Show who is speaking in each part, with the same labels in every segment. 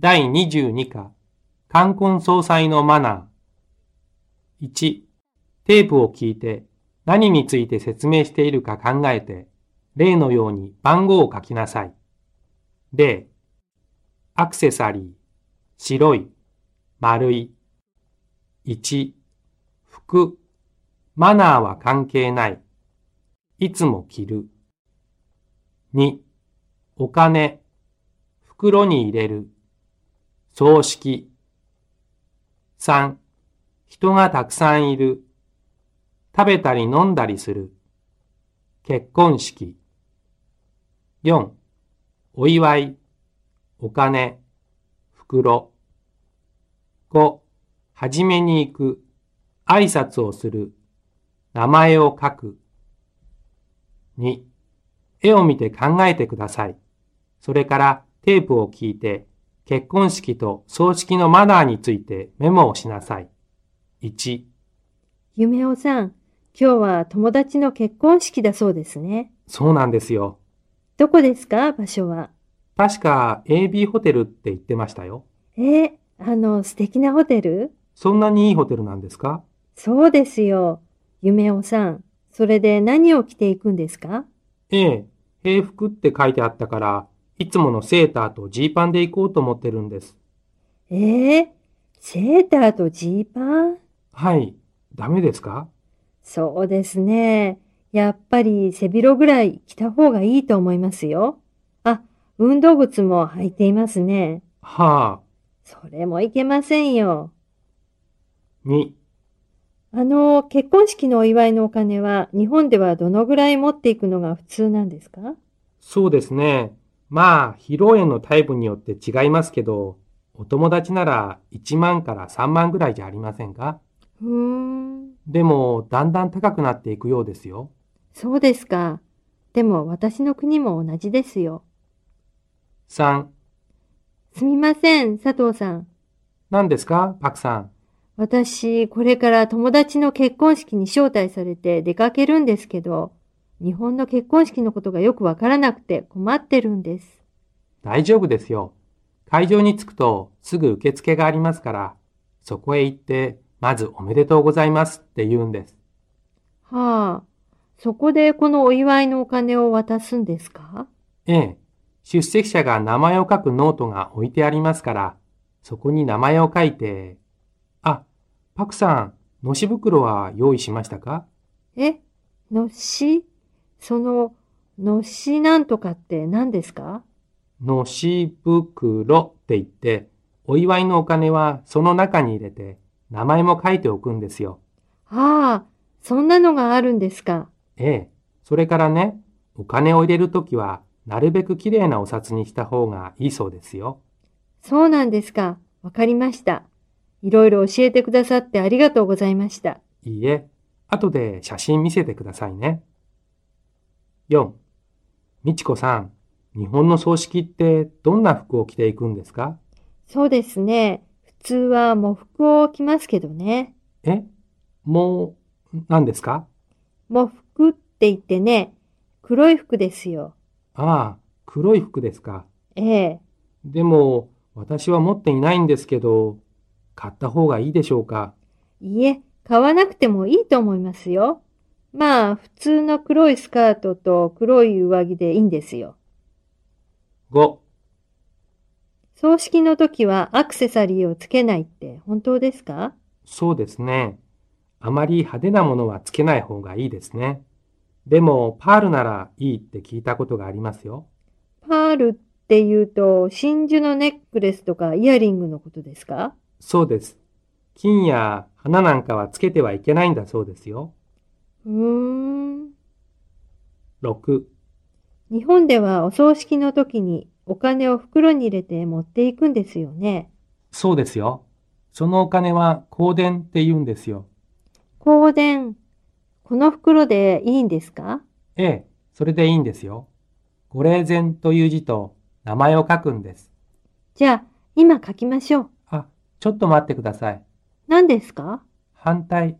Speaker 1: 第22課、冠婚葬祭のマナー。1、テープを聞いて何について説明しているか考えて、例のように番号を書きなさい。例、アクセサリー、白い、丸い。1、服、マナーは関係ない。いつも着る。2、お金、袋に入れる。葬式。3. 人がたくさんいる。食べたり飲んだりする。結婚式。4. お祝い。お金。袋。5. はじめに行く。挨拶をする。名前を書く。2. 絵を見て考えてください。それからテープを聞いて結婚式と葬式のマナーについてメモをしなさい。1、
Speaker 2: ゆめおさん、今日は友達の結婚式だそうですね。
Speaker 1: そうなんですよ。
Speaker 2: どこですか場所は。
Speaker 1: 確か AB ホテルって言ってましたよ。
Speaker 2: えーあの、素敵なホテル
Speaker 1: そんなにいいホテルなんですか
Speaker 2: そうですよ。ゆめおさん、それで何を着ていくんですか
Speaker 1: ええ、平服って書いてあったから、いつものセーターとジーパンで行こうと思ってるんです。
Speaker 2: えーセーターとジーパン
Speaker 1: はい、ダメですか
Speaker 2: そうですね。やっぱり背広ぐらい着た方がいいと思いますよ。あ、運動靴も履いていますね。
Speaker 1: はあ、
Speaker 2: それもいけませんよ。
Speaker 1: に、
Speaker 2: あの、結婚式のお祝いのお金は、日本ではどのぐらい持っていくのが普通なんですか
Speaker 1: そうですね。まあ、披露宴のタイプによって違いますけど、お友達なら1万から3万ぐらいじゃありませんか
Speaker 2: うーん、
Speaker 1: でも、だんだん高くなっていくようですよ。
Speaker 2: そうですか。でも私の国も同じですよ。
Speaker 1: 3、
Speaker 2: すみません、佐藤さん。
Speaker 1: 何ですかパクさん。
Speaker 2: 私、これから友達の結婚式に招待されて出かけるんですけど、日本の結婚式のことがよくわからなくて困ってるんです。
Speaker 1: 大丈夫ですよ。会場に着くとすぐ受付がありますから、そこへ行って、まずおめでとうございますって言うんです。
Speaker 2: はあ、そこでこのお祝いのお金を渡すんですか
Speaker 1: ええ、出席者が名前を書くノートが置いてありますから、そこに名前を書いて、あ、パクさん、のし袋は用意しましたか
Speaker 2: え、のし、その、のしなんとかって何ですか
Speaker 1: のし袋って言って、お祝いのお金はその中に入れて、名前も書いておくんですよ。
Speaker 2: ああ、そんなのがあるんですか。
Speaker 1: ええ。それからね、お金を入れるときは、なるべくきれいなお札にした方がいいそうですよ。
Speaker 2: そうなんですか。わかりました。いろいろ教えてくださってありがとうございました。
Speaker 1: いいえ、後で写真見せてくださいね。4. みちこさん、日本の葬式ってどんな服を着ていくんですか
Speaker 2: そうですね。普通は喪服を着ますけどね。
Speaker 1: えもう、何ですか
Speaker 2: 喪服って言ってね、黒い服ですよ。
Speaker 1: ああ、黒い服ですか。
Speaker 2: ええ。
Speaker 1: でも、私は持っていないんですけど、買った方がいいでしょうか。
Speaker 2: いえ、買わなくてもいいと思いますよ。まあ、普通の黒いスカートと黒い上着でいいんですよ。
Speaker 1: 5.
Speaker 2: 葬式の時はアクセサリーをつけないって本当ですか
Speaker 1: そうですね。あまり派手なものはつけない方がいいですね。でも、パールならいいって聞いたことがありますよ。
Speaker 2: パールっていうと、真珠のネックレスとかイヤリングのことですか
Speaker 1: そうです。金や花なんかはつけてはいけないんだそうですよ。
Speaker 2: うーん。
Speaker 1: 6、
Speaker 2: 日本ではお葬式の時にお金を袋に入れて持っていくんですよね。
Speaker 1: そうですよ。そのお金は香典って言うんですよ。
Speaker 2: 香典、この袋でいいんですか
Speaker 1: ええ、それでいいんですよ。ご霊前という字と名前を書くんです。
Speaker 2: じゃあ、今書きましょう。
Speaker 1: あ、ちょっと待ってください。
Speaker 2: 何ですか
Speaker 1: 反対。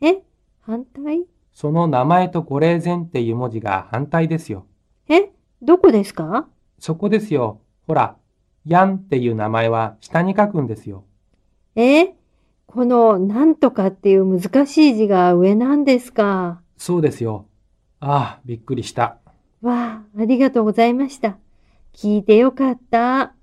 Speaker 2: え反対
Speaker 1: その名前とご霊前っていう文字が反対ですよ。
Speaker 2: えどこですか
Speaker 1: そこですよ。ほら、ヤンっていう名前は下に書くんですよ。
Speaker 2: えこのなんとかっていう難しい字が上なんですか。
Speaker 1: そうですよ。ああ、びっくりした。
Speaker 2: わあ、ありがとうございました。聞いてよかった。